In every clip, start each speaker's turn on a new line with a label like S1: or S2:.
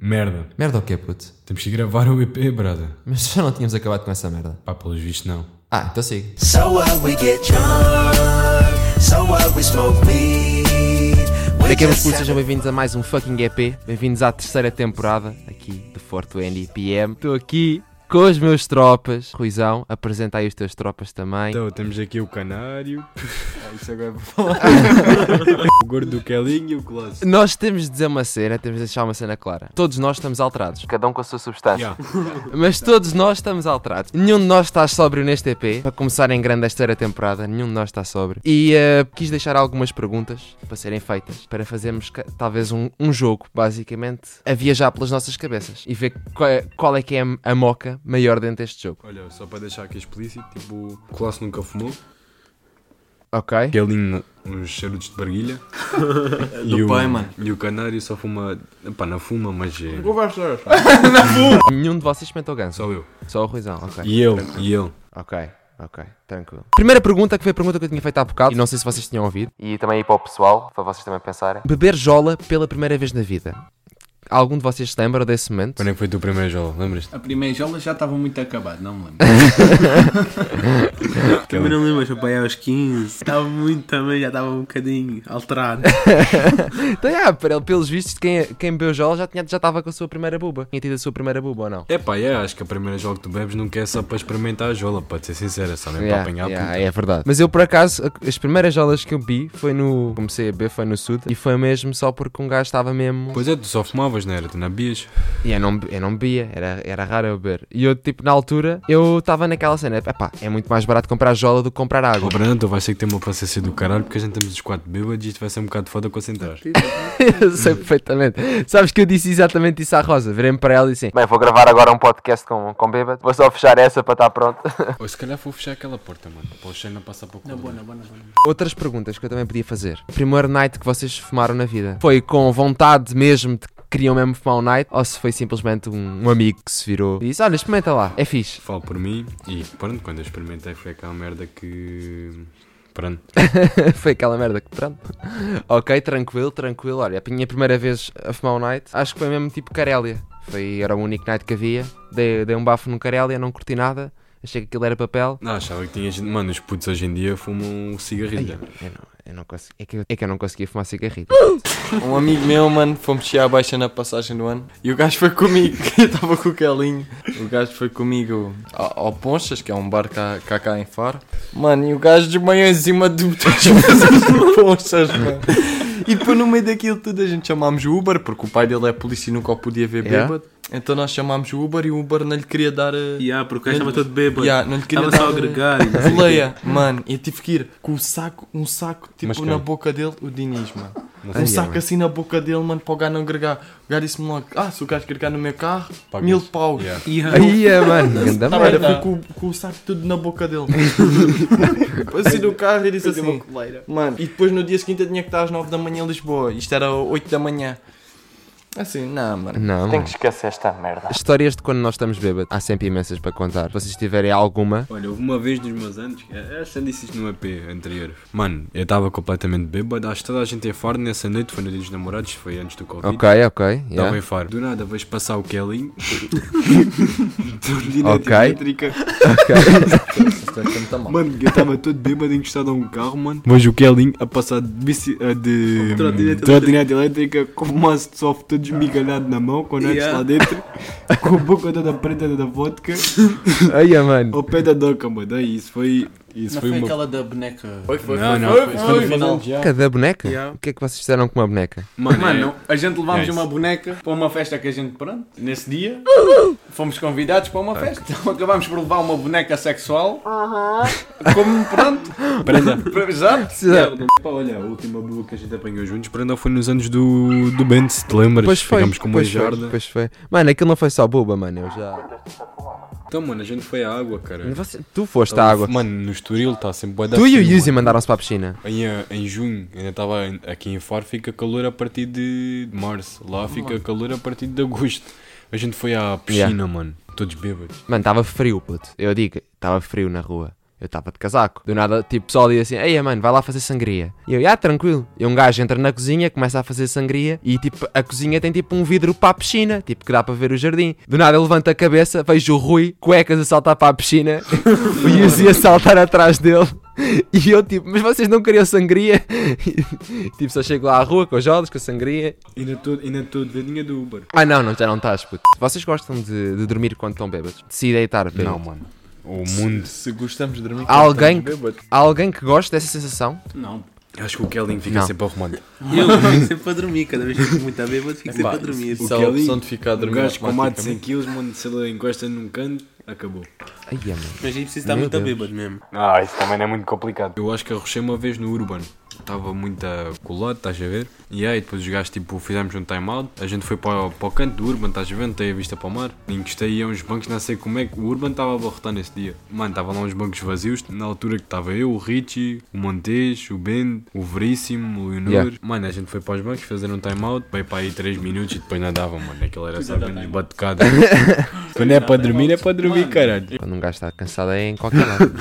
S1: Merda.
S2: Merda o quê, puto?
S1: Temos que gravar o EP, brother.
S2: Mas já não tínhamos acabado com essa merda.
S1: Pá, pelos vistos, não.
S2: Ah, então sigo.
S3: So what we get drunk, so what we smoke weed. We
S2: Daqui a
S3: just
S2: pouco é sejam
S3: have
S2: bem-vindos a mais um fucking EP. Bem-vindos à terceira temporada aqui do Forte NPM. Estou aqui com os meus tropas. Ruizão, apresenta aí os teus tropas também.
S1: Então, temos aqui o Canário. isso agora é o gordo do Kelling e o Colosso.
S2: Nós temos de dizer uma cena, temos de deixar uma cena clara. Todos nós estamos alterados. Cada um com a sua substância.
S1: Yeah.
S2: Mas todos nós estamos alterados. Nenhum de nós está sóbrio neste EP. Para começar em grande esta terceira temporada, nenhum de nós está sóbrio. E eh, quis deixar algumas perguntas para serem feitas, para fazermos ca- talvez um, um jogo, basicamente, a viajar pelas nossas cabeças e ver qual é, qual é que é a, a moca maior dentro deste jogo.
S1: Olha, só para deixar aqui explícito, tipo, o Colosso nunca fumou.
S2: Ok?
S1: Kelling, uns charutos de barguilha. e
S4: Do
S1: o,
S4: pai, mano.
S1: E o Canário só fuma... Pá, não fuma, mas é...
S2: Nenhum de vocês comentou ganso.
S1: Só eu.
S2: Só o Ruizão. Ok.
S1: E ele, e ele.
S2: Ok, ok, tranquilo. Primeira pergunta, que foi a pergunta que eu tinha feito há bocado, e não sei se vocês tinham ouvido. E também aí para o pessoal, para vocês também pensarem. Beber jola pela primeira vez na vida. Algum de vocês se lembra desse momento?
S1: Quando é que foi o teu primeiro jogo? Lembras-te?
S4: A primeira jola já estava muito acabado, não me lembro.
S1: Também
S4: não lembro, mas o pai aos 15. Estava muito também, já estava um bocadinho alterado.
S2: Então, é, para ele, pelos vistos, quem, quem bebeu jola já, tinha, já estava com a sua primeira buba. Tinha tido a sua primeira buba ou não?
S1: É pá, é, acho que a primeira jogo que tu bebes nunca é só para experimentar a jola, para te ser sincero, é só mesmo para
S2: Yeah,
S1: apanhar a
S2: yeah,
S1: puta.
S2: é verdade. Mas eu, por acaso, a- as primeiras jolas que eu bi foi no. Comecei a beber, foi no Sud. E foi mesmo só porque um gajo estava mesmo.
S1: Pois é, tu só fumavas, não era? Tu não bias?
S2: E eu não, eu não bebia, era, era raro eu beber. E eu, tipo, na altura, eu estava naquela cena, epá, é muito mais barato comprar jola do que comprar
S1: Ó
S2: água.
S1: Brandon, tu vais ter que ter uma paciência do caralho porque a gente temos os quatro bêbados e isto vai ser um bocado foda concentrar.
S2: eu sei perfeitamente. Sabes que eu disse exatamente isso à Rosa, virei-me para ela e disse, bem, vou gravar agora um podcast com, com bêbado, vou só fechar essa para estar pronto.
S1: Ou se calhar vou fechar aquela porta, mano, para o cheiro não passar para o
S4: Na boa,
S1: corredor.
S4: na boa, na boa.
S2: Outras perguntas que eu também podia fazer. Primeiro night que vocês fumaram na vida, foi com vontade mesmo de que queriam mesmo fumar um night, ou se foi simplesmente um, um amigo que se virou e disse, olha, experimenta lá, é fixe.
S1: Falo por mim e pronto, quando eu experimentei foi aquela merda que. Pronto.
S2: Foi aquela merda que pronto. ok, tranquilo, tranquilo. Olha, a minha primeira vez a fumar um night, acho que foi mesmo tipo Carélia. Foi, era o único night que havia. Dei, dei um bafo no Carélia, não curti nada. Achei que aquilo era papel.
S1: Não, achava que tinha gente. Mano, os putos hoje em dia fumam um cigarrilho.
S2: Eu não, eu não consegui, é, que eu, é que eu não conseguia fumar cigarrilho.
S5: Um amigo meu, mano, fomos chegar abaixo na passagem do ano e o gajo foi comigo. Eu estava com o Kelinho. O gajo foi comigo ao, ao Ponchas, que é um bar cá, cá, cá em Faro. Mano, e o gajo de manhã em cima do das mesas do Ponchas, mano. E depois no meio daquilo tudo a gente chamámos o Uber, porque o pai dele é polícia e nunca o podia ver
S2: Yeah.
S5: bêbado. Então nós chamámos o Uber e o Uber não lhe queria dar. eh,
S4: Yeah, porque eu estava todo bêbado.
S5: Yeah, não lhe queria
S4: Estava
S5: dar
S4: só a
S5: eh,
S4: agregar. e não sei o quê.
S5: Boleia, mano, eu tive que ir com um saco, um saco tipo
S1: Mas quem?
S5: na boca dele, o Diniz, mano. Um
S2: sei.
S5: saco
S2: mano.
S5: assim na boca dele, mano, para o gajo não agregar. O gajo disse-me logo, ah, se o gajo agregar no meu carro,
S1: Pagas.
S5: mil paus.
S1: Yeah.
S4: Yeah.
S2: Aí, é, mano, ganda
S5: Tá,
S2: merda.
S5: olha, fui com, com o saco tudo na boca dele. Passei do carro e disse assim, mano, e depois no dia seguinte eu tinha que estar às 9 da manhã em Lisboa. Isto era 8 da manhã. Assim, não, mano.
S2: Não, mano.
S5: esquecer esta merda.
S2: Histórias de quando nós estamos bêbados. Há sempre imensas para contar. Se vocês tiverem alguma,
S1: Olha, houve uma vez nos meus anos, eu acho que eu disse isto no EP anterior. Mano, eu estava completamente bêbado, acho que toda a gente é fardo nessa noite, foi no dia dos namorados, foi antes do Covid.
S2: ok, ok.
S4: um
S1: Estava
S2: yeah.
S1: em faro. Do nada vais passar o Kelly.
S2: Ok.
S1: elétrica. Mano, eu estava todo bêbado encostado a um carro, mano. Mas o Kelly a passar de, bici- a de
S4: Trotinete
S1: trotinete elétrica com o maço de soft todo esmigalhado na mão, com netos
S4: Yeah.
S1: lá dentro, com a boca toda preta da vodka,
S2: Ai, é, mano.
S1: ao pé da doca, mano. É Isso foi. Isso
S4: Não
S1: foi
S4: foi
S1: uma.
S4: aquela da boneca.
S5: Foi, foi,
S1: Não,
S5: foi,
S1: não,
S5: foi,
S1: foi-
S5: foi,
S1: foi no
S5: foi.
S1: final.
S2: Cada boneca?
S4: Yeah.
S2: O que é que vocês fizeram com uma boneca?
S1: Mano, é-
S4: Mano, a gente levámos
S1: É isso.
S4: uma boneca para uma festa que a gente, pronto, nesse dia, fomos convidados para uma festa. Então acabámos por levar uma boneca sexual, como, pronto, para- exato.
S1: Merda. Pá, olha, a última bula que a gente apanhou juntos, ainda foi nos anos do, do Bento, se te lembras?
S2: Pois foi,
S1: Ficámos com uma
S2: pois foi,
S1: jarda.
S2: pois foi. Mano, aquilo não foi só buba, mano. Eu já.
S1: Então, mano, a gente foi à água, cara.
S2: Você- Tu foste à água.
S1: Mano, no Estoril está sempre boa da
S2: Tu e o
S1: frio,
S2: Yuzi
S1: mano.
S2: mandaram-se para a piscina.
S1: Em, eh, em junho, ainda estava em- aqui em Faro, fica calor a partir de março. Lá fica calor a partir de agosto. A gente foi à piscina, mano. Todos bêbados.
S2: Mano, estava frio, puto. Eu digo, estava frio na rua. Eu estava de casaco. Do nada, tipo, o pessoal diz assim: Ei, mano, vai lá fazer sangria. E eu, ah, tranquilo. E um gajo entra na cozinha, começa a fazer sangria e, tipo, a cozinha tem tipo um vidro para a piscina, tipo, que dá para ver o jardim. Do nada, eu levanto a cabeça, vejo o Rui, cuecas a saltar para a piscina o Yuzi a saltar atrás dele. E eu, tipo, mas vocês não queriam sangria? E, tipo, só chego lá à rua com os olhos, com a sangria.
S1: Ainda estou ainda tô de vendinha do Uber.
S2: Ah, não, não, já não estás, puto. Vocês gostam de, de dormir quando estão bêbados? De se deitar bêbado?
S1: Não, mano. O mundo.
S5: Se gostamos de dormir,
S2: Há alguém
S5: estamos bêbados.
S2: Há alguém que gosta dessa sensação?
S4: Não.
S1: Acho que o Kelly fica
S2: Não.
S1: sempre arrumado.
S6: Eu fico sempre para dormir, cada vez que fico muito à bêbada, fico sempre
S5: Pá,
S6: para dormir.
S5: se
S1: O
S5: há a
S1: Kelly-
S5: opção de ficar a
S1: Um
S5: dormir
S1: gajo com mais de 100
S5: automaticamente.
S1: kg, mano, se ele encosta num canto, acabou.
S2: Ai, mano.
S6: Mas aí precisa estar
S2: Meu
S6: muito a
S2: Deus.
S6: bêbado mesmo.
S1: Ah, isso também não é muito complicado. Eu acho que arrochei uma vez no Urban. Estava muito colado, estás a ver? E aí, depois os gajos, tipo, fizemos um time-out. A gente foi para, o- para o canto do Urban, estás a ver? Não tem a vista para o mar. Encostei aí a uns bancos, não sei como é que o Urban estava a barrotar nesse dia. Mano, estava lá uns bancos vazios. Na altura que estava eu, o Richie, o Montes, o Ben, o Veríssimo, o Leonor.
S2: Yeah.
S1: Mano, a gente foi para os bancos fazer um time-out. Veio para aí 3 minutos e depois nadava, mano. Aquilo era só menos batucada. Quando é para dormir, é para dormir, caralho.
S2: Quando um gajo está cansado é em qualquer lado.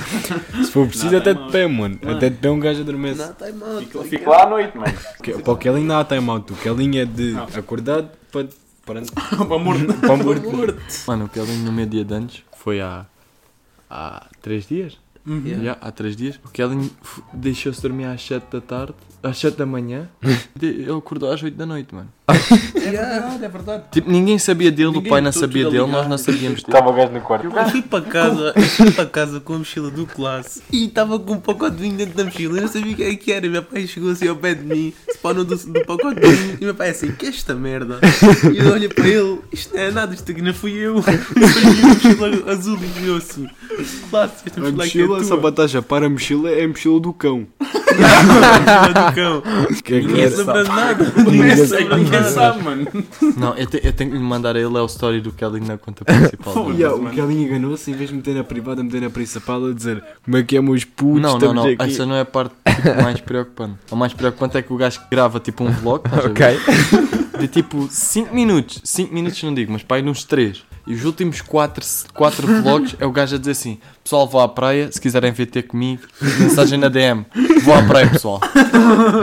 S1: Se for preciso, até de pé, mano. Até de pé um gajo adormece.
S6: Não, está mal.
S4: Fico lá à noite, mano.
S1: Que- Para o Kelly não há time-out. O Kelly é de acordado para... Para
S4: Para morto.
S1: para morto.
S5: Mano, o Kelly no meu dia de antes foi há. há 3 dias?
S1: Uhum.
S5: Já, há 3 dias. O Kelly f- deixou-se dormir às 7 da tarde, às 7 da manhã. De- Ele acordou às 8 da noite, mano.
S4: É verdade.
S5: Tipo, ninguém sabia dele, o
S6: Ninguém,
S5: pai não
S6: tô
S5: sabia
S6: tudo
S5: dele,
S6: alinhado.
S5: nós não sabíamos dele.
S1: Estava o gajo no quarto.
S6: Eu fui para casa, eu fui para casa com a mochila do classe e estava com um pacote de vinho dentro da mochila. Eu não sabia o que é que era. Meu pai chegou assim ao pé de mim, separou do, do pacote de vinho e meu pai assim: Que é esta merda? E eu olhei para ele: Isto não é nada, isto aqui não fui eu. E depois vi a mochila azul e viu assim: Classe, esta
S1: A
S6: mochila aqui é
S1: mochila, essa
S6: tua,
S1: batata para a mochila é a mochila do cão.
S6: mochila do cão.
S1: Que é que
S6: Ninguém
S1: é
S6: se lembra de nada.
S4: Ninguém sabe, ninguém sabe, mano.
S5: Não, eu, te- eu tenho que lhe mandar a ele é o story do Kelly na conta principal. dele.
S1: Yeah, o Kelly enganou-se em vez de meter na privada, meter na principal a dizer como é que é meus putos,
S5: Não, não,
S1: estamos
S5: não,
S1: aqui.
S5: essa não é a parte tipo, mais preocupante. A mais preocupante é que o gajo que grava tipo um vlog, estás a ver? de tipo 5 minutos, 5 minutos não digo, mas pá, aí uns 3. E os últimos 4 quatro, vlogs é o gajo a dizer assim: Pessoal, vou à praia, se quiserem vir ter comigo, mensagem na DM: Vou à praia, pessoal.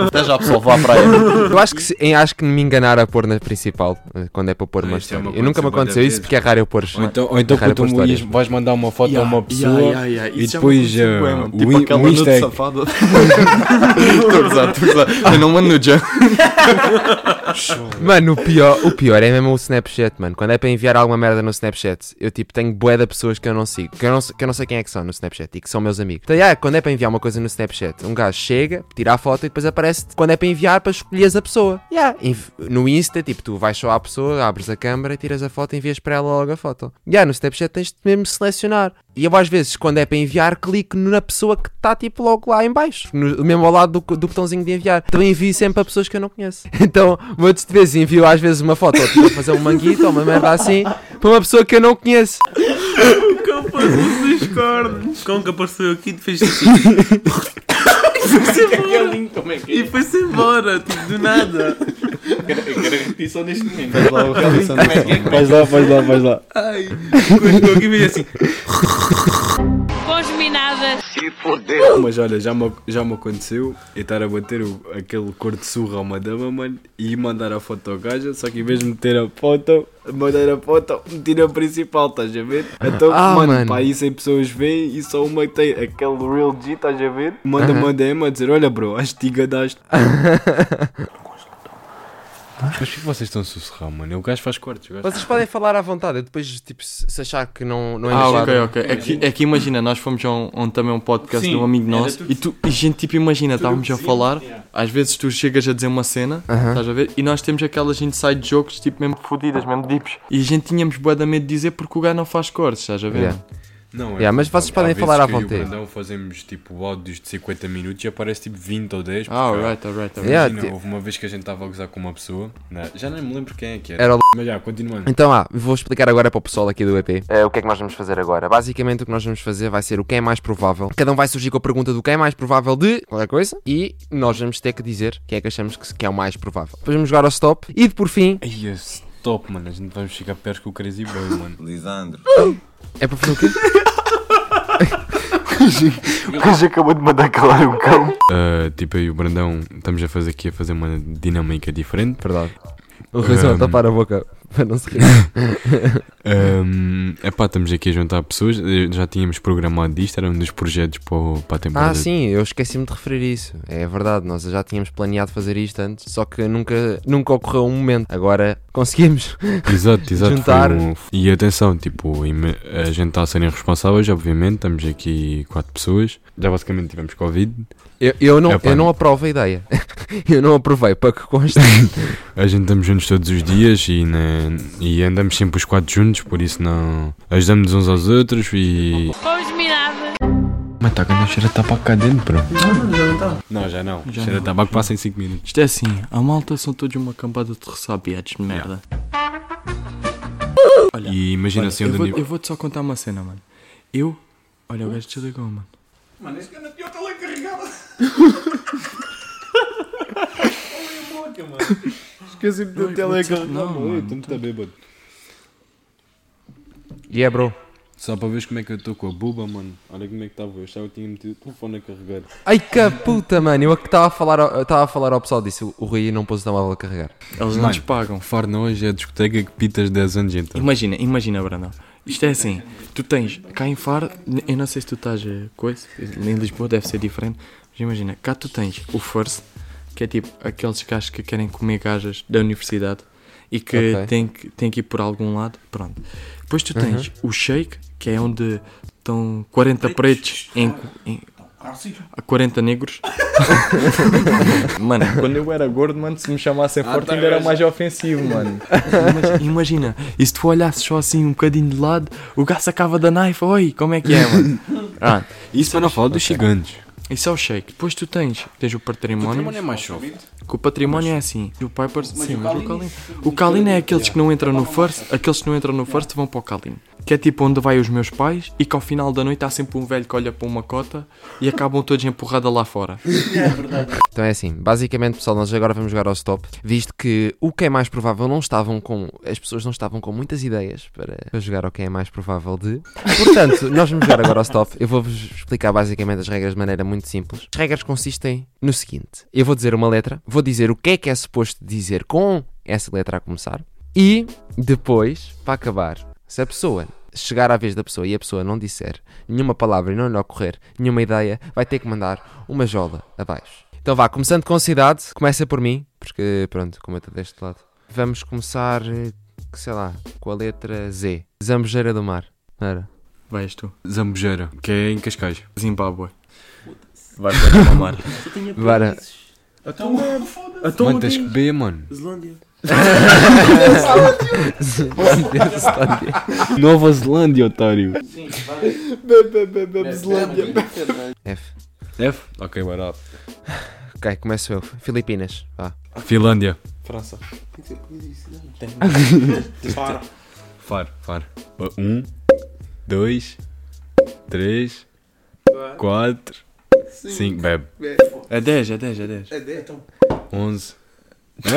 S5: Até já, pessoal, vou à praia.
S2: Eu acho que, se- eu acho que me enganaram a pôr na principal, eh, quando é para pôr
S1: Ah,
S2: uma
S1: isso já me
S2: história. Eu nunca me
S1: aconteceu
S2: aconteceu isso
S1: bué da
S2: porque é raro eu pôr.
S1: Ou então, ou então
S2: Cara,
S1: quando tu
S2: boa
S1: ias-
S2: história.
S1: vais mandar uma foto a uma pessoa
S5: Yeah, yeah, yeah,
S1: e
S5: isso já
S1: depois
S5: aconteceu,
S1: uh,
S5: bué, mano.
S1: o,
S5: tipo
S1: i-
S5: aquela
S1: o Insta
S5: nude
S1: é
S5: safada. Estou a gozar, estou a gozar. Eu não mando no jump.
S2: Mano, o pior, o pior é mesmo o Snapchat, mano. Quando é para enviar alguma merda no Snapchat, eu tipo tenho bué de pessoas que eu não sigo, que eu não, se- que eu não sei quem é que são no Snapchat e que são meus amigos. Então, yeah, quando é para enviar uma coisa no Snapchat, um gajo chega, tira a foto e depois aparece quando é para enviar para escolheres a pessoa. Yeah, env- no Insta, tipo, tu vais só à pessoa, abres a câmera, tiras a foto e envias para ela logo a foto. Yeah, no Snapchat tens de mesmo selecionar. E eu às vezes, quando é para enviar, clico na pessoa que está tipo logo lá em baixo, no- mesmo ao lado do, do botãozinho de enviar. Então envio sempre a pessoas que eu não conheço. Então, muitas de vezes envio às vezes uma foto, ou tipo, a fazer um manguito ou uma merda assim, para uma pessoa que eu não conheço.
S6: Cão faz um Discord. Cão que apareceu aqui e fez assim. E foi-se embora.
S4: Como é que
S6: E foi-se embora, tipo, do nada.
S4: Eu quero eu quero repetir só neste momento. é
S1: Faz lá, faz lá, faz lá.
S6: Ai, quando chegou aqui veio assim.
S7: Congeminadas.
S1: Mas olha, já me, já me aconteceu eu estar a bater o- aquele cor de surra a uma dama, mano, e mandar a foto ao gajo, só que em vez de meter a foto, mandar a foto, meter a principal, estás a ver? Então,
S2: Ah,
S1: mano,
S2: mano.
S1: pá, aí 100 pessoas veem e só uma que tem aquele real G, estás a ver? Manda-me a DM a dizer: Olha, bro, acho que te enganaste. Mas por que vocês estão a sussurrar, mano? O gajo faz cortes, o gajo.
S2: Vocês podem falar à vontade, eu depois, tipo, se se achar que não, não é
S5: Ah,
S2: engraçado.
S5: ok, ok. É que, é que imagina, nós fomos a um, um- também a um podcast
S4: Sim,
S5: de um amigo
S4: era
S5: nosso
S4: tudo-
S5: e, tu, e gente, tipo, imagina, estávamos a
S4: vizinho,
S5: falar,
S4: yeah.
S5: às vezes tu chegas a dizer uma cena,
S2: Aham.
S5: estás a ver, e nós temos aquelas inside jokes, tipo, mesmo fodidas, mesmo dips, e a gente tínhamos bué da medo de dizer porque o gajo não faz cortes, estás a ver?
S2: Yeah.
S1: Não, é
S2: Yeah, mas vocês
S1: há
S2: podem
S1: vezes
S2: falar à
S1: que eu e o
S2: vontade.
S1: Brandão fazemos tipo áudios de 50 minutos e aparece tipo 20 ou 10.
S5: Ah,
S1: porque há-
S5: alright, alright, alright.
S2: Yeah,
S1: Imagina,
S2: tipo-
S1: houve uma vez que a gente estava a gozar com uma pessoa, né? já nem me lembro quem é que era.
S2: Era o
S1: Mas já, continuando.
S2: Então, ah, vou explicar agora para o pessoal aqui do EP eh, o que é que nós vamos fazer agora. Basicamente, o que nós vamos fazer vai ser o que é mais provável. Cada um vai surgir com a pergunta do que é mais provável de qualquer coisa e nós vamos ter que dizer quem é que achamos que, se- que é o mais provável. Depois vamos jogar ao stop e, de por fim,
S1: Ai, esse top, mano, a gente vai chegar perto com o Crazy Boy, mano.
S2: é para fazer o quê?
S7: O gajo acabou de mandar calar um cão.
S1: Ah, tipo, eu e o Brandão estamos a fazer aqui a fazer uma dinâmica diferente.
S2: Verdade. O Rui só
S1: Um,
S2: tapar a boca para não se rir.
S1: Ahm, epá, estamos aqui a juntar pessoas. eh, Já tínhamos programado isto, era um dos projetos para, o- para a temporada.
S2: Ah, sim, eu esqueci-me de referir isso. É verdade, nós já tínhamos planeado fazer isto antes, só que nunca, nunca ocorreu um momento. Agora conseguimos.
S1: Exato, exato. foi
S2: Juntar.
S1: um- E atenção, tipo, ime- a gente está a serem responsáveis, obviamente. Estamos aqui quatro pessoas. Já basicamente tivemos Covid.
S2: Eu, eu, não,
S1: Epá.
S2: eu não aprovo a ideia. Eu não aprovei, para que conste.
S1: A gente estamos juntos todos os dias e, na- e andamos sempre os quatro juntos, por isso não. Ajudamos uns aos outros e.
S8: Vamos mirar.
S1: Mas tá ganhando cheiro de tabaco cá dentro, bro. Não, já não. Já cheiro de tabaco passa em 5 minutos.
S5: Isto é assim, a malta são todos uma campada de ressabiados de merda. Olha,
S1: E imagina
S5: olha,
S1: assim o
S5: eu, vou,
S1: Danilo.
S5: eu vou-te só contar uma cena, mano. Eu, olha, o gajo desligou, mano.
S4: Mano, este
S6: é
S4: cana pior está lá carregada. Olha a boca, mano. Esqueci-me do telecarregado.
S5: Não, mano.
S1: muito bêbado.
S2: Yeah, é, bro.
S1: Só para veres como é que eu estou com a buba, mano. Olha como é que estava. Eu estava que tinha metido o telefone a carregar.
S2: Ai que puta, mano. Eu é que estava a falar, ao- eu estava a falar ao pessoal disso. O Rui não pôs o telemóvel a carregar.
S5: Eles não nos pagam.
S1: Farna hoje é a discoteca que pitas 10 anos então.
S5: Imagina, imagina, Brandão. Isto é assim, tu tens, cá em Faro, n- eu não sei se tu estás eh, coisa, em Lisboa deve ser diferente, mas imagina, cá tu tens o First, que é tipo aqueles gajos que querem comer gajas da universidade e que
S2: Ok.
S5: têm, que têm que ir por algum lado, pronto. Depois tu tens o Shake, que é onde estão 40 pretos em, em- 40 negros. mano, quando eu era gordo, mano, se me chamassem forte ainda era mais ofensivo, mano. Imagina, imagina, e se tu olhasses só assim um bocadinho de lado, o gajo sacava da knife, oi, como é que é, mano? Ah,
S1: Isso para não falar dos gigantes.
S5: isso é o shake. Depois tu tens, tens o património.
S1: é mais chove.
S5: Que o património é assim. O Piper, sim, mas o Kalin. O Kalin é aqueles que não entram no first, aqueles que não entram no first vão para o Kalin. Que é tipo onde vai os meus pais e que ao final da noite há sempre um velho que olha para uma cota e acabam todos empurrada lá fora.
S2: Então é assim, basicamente, pessoal, nós agora vamos jogar ao stop, visto que o que é mais provável não estavam com. As pessoas não estavam com muitas ideias para, para jogar ao que é mais provável de. Portanto, nós vamos jogar agora ao stop. Eu vou-vos explicar basicamente as regras de maneira muito simples. As regras consistem no seguinte: eu vou dizer uma letra, vou dizer o que é que é suposto dizer com essa letra a começar, e depois, para acabar, se a pessoa chegar à vez da pessoa e a pessoa não disser nenhuma palavra e não lhe ocorrer nenhuma ideia, vai ter que mandar uma jola abaixo. Então vá, começando com a cidade, começa por mim, porque pronto, como eu estou deste lado. Vamos começar, eh, sei lá, com a letra Z. Zambujeira do Mar. Não Era.
S5: Vais tu.
S1: Zambujeira, que é em Cascais.
S5: Zimbábue. Vai para Palmar.
S2: Bora.
S1: mano, tens que beber, mano.
S6: Islândia.
S1: Nova Zelândia, otário.
S2: F.
S1: F? Ok, barato.
S2: Ok, começo eu. Filipinas. Vá.
S1: Finlândia. Faro, Faro. Um, dois, três, quatro, cinco. Bebe.
S5: É 10, é 10, é 10.
S6: É dez, então.
S1: Onze.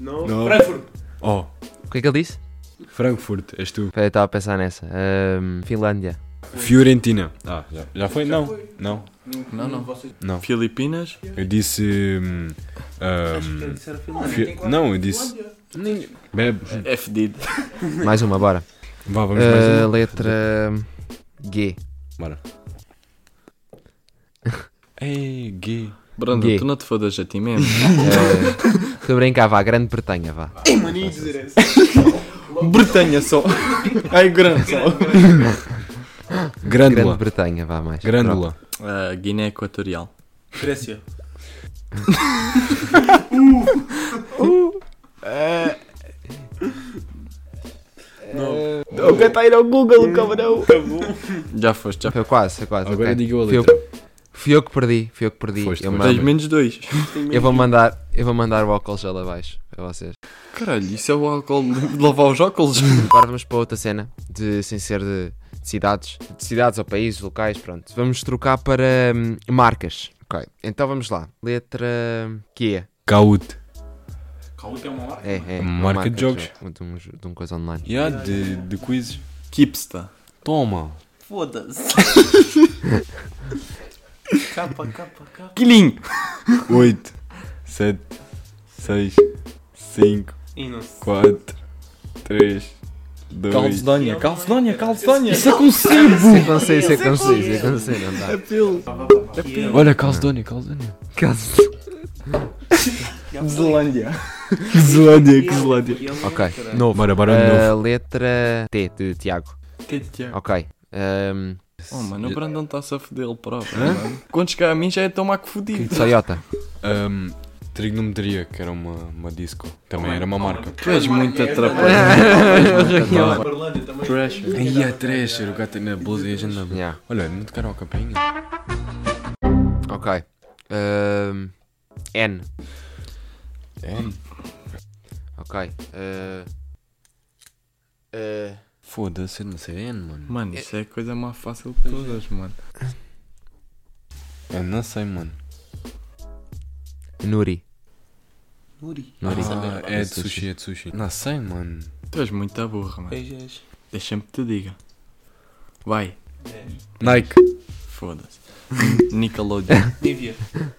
S6: Não.
S1: Frankfurt. Oh,
S2: O que é que ele disse?
S1: Frankfurt, és tu.
S2: Espera, eu estava a pensar nessa. Ahm, Finlândia.
S1: Fiorentina. Ah, já, já foi? não. Não.
S5: Não, não.
S1: Não.
S5: Filipinas.
S1: Eu disse. hum, hum, Fi- Não, eu disse. Bebe.
S5: É fedido.
S2: Mais uma, bora.
S1: Vá, vamos
S2: Ah,
S1: mais uma.
S2: letra G.
S1: Bora.
S5: Ei, gay. Brando,
S2: Gay.
S5: tu não te fodas a ti mesmo.
S2: Ah, Estou a brincar, vá. Grande Bretanha, vá.
S5: Bretanha só. Ai, grande só.
S2: Grande
S1: Grândula.
S2: Bretanha, vá mais.
S1: Grândula.
S5: Ah, Guiné Equatorial.
S6: Grécia.
S5: Já foste, já
S2: Foi quase, foi quase.
S1: Agora
S2: ok.
S1: diga a
S2: Fui eu-
S1: letra.
S2: Fui eu que perdi, fui eu que perdi.
S1: Foste,
S2: eu,
S1: foste.
S5: Tens
S2: mando-
S5: menos dois.
S2: eu vou mandar, eu vou mandar o álcool gel abaixo para vocês.
S5: Caralho, isso é o álcool de lavar os óculos?
S2: Agora vamos para outra cena, de, sem ser de, de cidades, de cidades ou países, locais, pronto. Vamos trocar para hum, marcas. Ok, então vamos lá. Letra Q.
S1: Caute.
S2: É, é.
S1: Uma
S2: uma
S1: marca de jogos.
S2: De, um, de um coisa um online.
S1: Yeah, de, de quizzes.
S5: Kipsta.
S1: Toma.
S6: Foda-se. capa, capa, capa.
S5: Quilinho! 8, 7, 6, 5,
S6: E não se...
S5: 4, 3, 2.
S6: Calcedónia, calcedónia,
S5: calcedónia!
S2: Isso é com sebo! Não sei, isso é com sebo, isso é com sebo, não dá.
S5: Olha, calcedónia, calcedónia.
S2: é? Caso-
S5: Zelândia. Zelândia, que Zelândia.
S2: Ok,
S1: Novo. Eh, Bora, bora,
S2: a letra T de Tiago.
S5: Que diabo?
S2: Ok. hum, ahm,
S5: Oh, mano, o Brandão está-se a foder ele próprio, mano. Quando chegar a mim já é tão maco fodido.
S2: Toyota.
S1: novo. Um, Trigonometria, que era uma, uma disco. Também era uma marca.
S5: Tu és muito atrapalhado. Trash.
S1: Aí é a Thrasher, o gato tem na blusa e a gente na blusa.
S2: Yeah.
S1: Olha, não tocaram a campainha.
S2: Ok. ahm, N.
S1: N.
S2: Ok. eh, eh,
S1: Foda-se, eu não sei N, mano.
S5: Mano, isso é a coisa mais fácil de todas, mano.
S1: Eu não sei, mano.
S2: Nuri.
S6: Muri.
S1: Ah, é de sushi, é de sushi. Não sei, mano.
S5: Tu és muito burra, mano.
S6: Beijos.
S5: Deixa-me que te diga. Vai,
S1: Nike.
S5: foda-se. Nickelodeon.
S6: Nívia.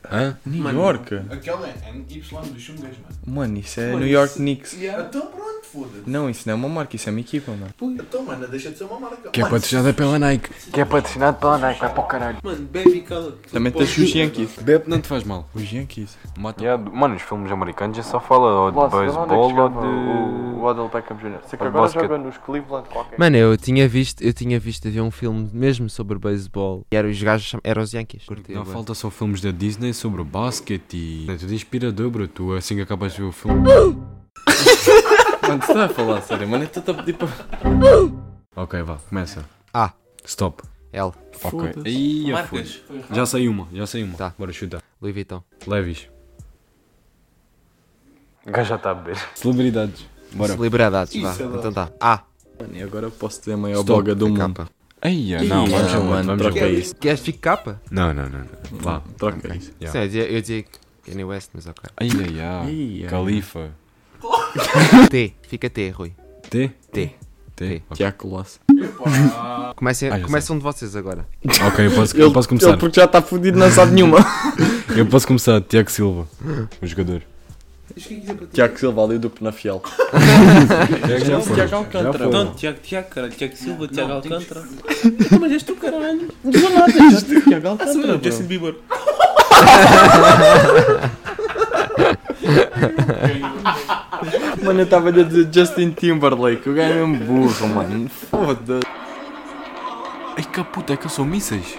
S1: Hã?
S5: New York?
S4: Aquela é NY dos chungas, mano.
S5: Mano, isso é
S6: Mano,
S5: New York
S6: isso-
S5: Knicks.
S4: Então pronto, foda-se.
S5: Não, isso não é uma marca, isso é uma equipa, mano.
S4: Então, mano, deixa de ser uma marca.
S1: Que é patrocinada pela Nike.
S7: Que é patrocinado pela Nike, vai para o caralho.
S6: Mano, baby cala.
S5: Também tens os Yankees.
S1: Bebe não te faz mal.
S5: Os Yankees.
S1: Mata.
S8: mano, os filmes americanos já só fala ou de
S7: é
S8: beisebol ou de.
S7: O Odell Beckham Jr. Sei que
S8: ou
S7: agora
S8: basquete.
S7: joga nos Cleveland qualquer.
S2: Mano, eu tinha visto, eu tinha visto, havia um filme mesmo sobre beisebol. E eram os gajos, cham- eram os Yankees. Curti,
S1: Não
S2: bué.
S1: falta só filmes da Disney sobre o basquete e. É tudo inspirador, bro. Tu assim que acabas de ver o filme.
S5: Mano, tu estás a falar sério, mano. Eu estou a pedir para.
S1: Ok, vá, começa.
S2: Ah.
S1: Stop.
S2: L.
S1: Ok.
S5: Foda-se.
S1: Aí, eu fui.
S6: Marcas.
S1: Já sei uma, já sei uma.
S2: Tá.
S1: Bora chutar.
S2: Louis Vuitton.
S1: Levis.
S8: O gajo já está a beber.
S1: Celebridades. Bora. é
S2: Celebridades, vá. Então tá. A.
S5: Mano, e agora eu posso ter a maior
S1: Stop.
S5: boga do mundo.
S2: Capa.
S1: Aí, não, vamos
S5: não,
S1: ao outro,
S5: mano,
S1: vamos ao
S5: troca
S1: outro.
S5: isso.
S2: Queres ficar capa?
S1: Não, não, não. não. Vá.
S5: Troca isso.
S1: Yeah.
S2: Sim, eu dizia, eu dizia Kanye West, mas ok.
S1: Ai, ai,
S5: Ai,
S1: ai.
S5: ai.
S1: Califa.
S2: T. Fica T, Rui.
S1: T?
S2: T.
S1: T. Ok,
S5: Tiago Colasso.
S2: Comecem,
S1: Ah, já
S2: começam um de vocês agora.
S1: Ok, eu posso, eu posso começar.
S5: porque já está fodido, não sabe nenhuma.
S1: Eu posso começar. Tiago Silva, o jogador.
S5: Tiago Silva ali do Penafiel.
S1: Tiago
S5: Silva. Tiago Alcântara.
S6: Não, Tiago, Tiago, caralho. Tiago Silva, Tiago Alcântara.
S5: Mas és tu, caralho. Do nada, és tu, Tiago Alcântara.
S6: Mano, Justin Bieber.
S5: Mano, eu estava a dizer Justin Timberlake. O gajo é mesmo burro, mano. Foda-se.
S1: Ai, caputa, é que eu sou mísseis.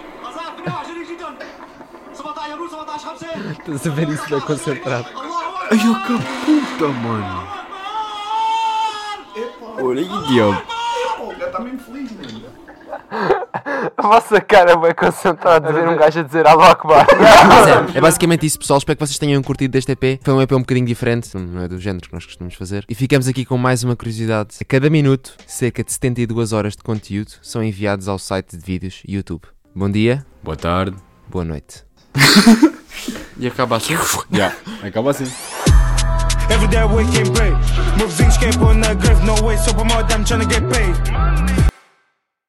S2: Estás a ver isso bem concentrado.
S1: Ai, ó, caputa, mano.
S5: Olha aí, diabo.
S8: A vossa cara vai concentrada a ver um gajo a dizer Alá Akbar.
S2: É basicamente isso, pessoal. Espero que vocês tenham curtido deste EP. Foi um EP um bocadinho diferente, não é do género que nós costumamos fazer. E ficamos aqui com mais uma curiosidade. A cada minuto, cerca de 72 horas de conteúdo são enviados ao site de vídeos YouTube. Bom dia,
S1: Boa tarde.
S2: boa noite.
S5: E acaba assim.
S1: Já. Acaba assim.
S9: Every day I wake and pray. Move zinc, skateboard, not grave, no way. So promote, I'm tryna get paid.